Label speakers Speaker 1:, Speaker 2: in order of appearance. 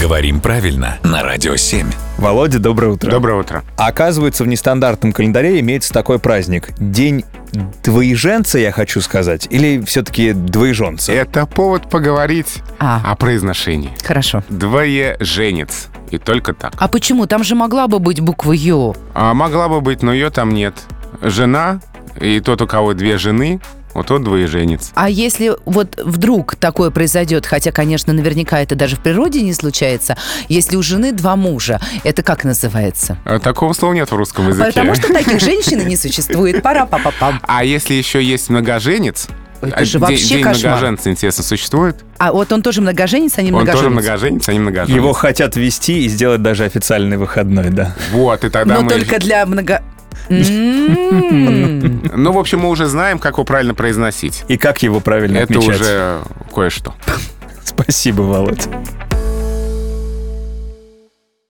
Speaker 1: Говорим правильно на Радио 7.
Speaker 2: Володя, доброе утро.
Speaker 3: Доброе утро.
Speaker 2: Оказывается, в нестандартном календаре имеется такой праздник. День двоеженца, я хочу сказать, или все-таки двоеженца?
Speaker 3: Это повод поговорить
Speaker 4: А,
Speaker 3: о произношении.
Speaker 4: хорошо.
Speaker 3: Двоеженец. И только так.
Speaker 4: А почему? Там же могла бы быть буква Ё.
Speaker 3: А могла бы быть, но ее там нет. Жена и тот, у кого две жены, вот тот двоеженец.
Speaker 4: А если вот вдруг такое произойдет, хотя, конечно, наверняка это даже в природе не случается, если у жены два мужа, это как называется?
Speaker 3: А Такого слова нет в русском языке.
Speaker 4: Потому что таких женщин и не существует. Пора, па па пам
Speaker 3: А если еще есть многоженец,
Speaker 4: Это
Speaker 3: а
Speaker 4: же
Speaker 3: день-
Speaker 4: вообще
Speaker 3: день
Speaker 4: кошмар.
Speaker 3: многоженца, интересно, существует?
Speaker 4: А вот он тоже многоженец, а не
Speaker 3: Он тоже
Speaker 4: многоженец?
Speaker 3: многоженец, а не многоженец.
Speaker 2: Его хотят вести и сделать даже официальный выходной, да.
Speaker 3: Вот, и тогда
Speaker 4: Но
Speaker 3: мы...
Speaker 4: только для много... М-м-м. М.
Speaker 3: Ну, в общем, мы уже знаем, как его правильно произносить.
Speaker 2: И как его правильно
Speaker 3: Это
Speaker 2: отмечать?
Speaker 3: уже кое-что.
Speaker 2: Спасибо, Володь.